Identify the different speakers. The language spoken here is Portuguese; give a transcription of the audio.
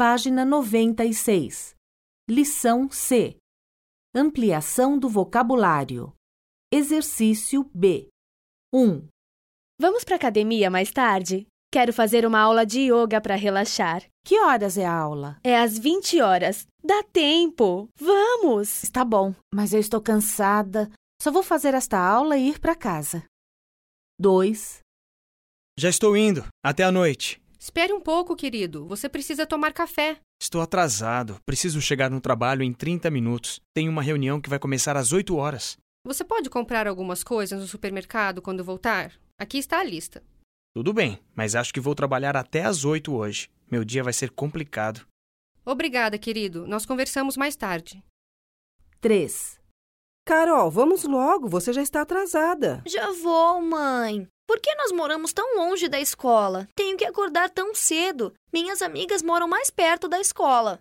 Speaker 1: Página 96. Lição C. Ampliação do vocabulário. Exercício B. 1,
Speaker 2: Vamos para academia mais tarde? Quero fazer uma aula de yoga para relaxar.
Speaker 1: Que horas é a aula?
Speaker 2: É às 20 horas. Dá tempo! Vamos!
Speaker 1: Está bom, mas eu estou cansada. Só vou fazer esta aula e ir para casa. 2,
Speaker 3: Já estou indo. Até a noite.
Speaker 4: Espere um pouco, querido. Você precisa tomar café.
Speaker 3: Estou atrasado. Preciso chegar no trabalho em 30 minutos. Tenho uma reunião que vai começar às 8 horas.
Speaker 4: Você pode comprar algumas coisas no supermercado quando voltar? Aqui está a lista.
Speaker 3: Tudo bem, mas acho que vou trabalhar até às 8 hoje. Meu dia vai ser complicado.
Speaker 4: Obrigada, querido. Nós conversamos mais tarde.
Speaker 1: 3,
Speaker 5: Carol, vamos logo, você já está atrasada.
Speaker 6: Já vou, mãe. Por que nós moramos tão longe da escola? Tenho que acordar tão cedo. Minhas amigas moram mais perto da escola.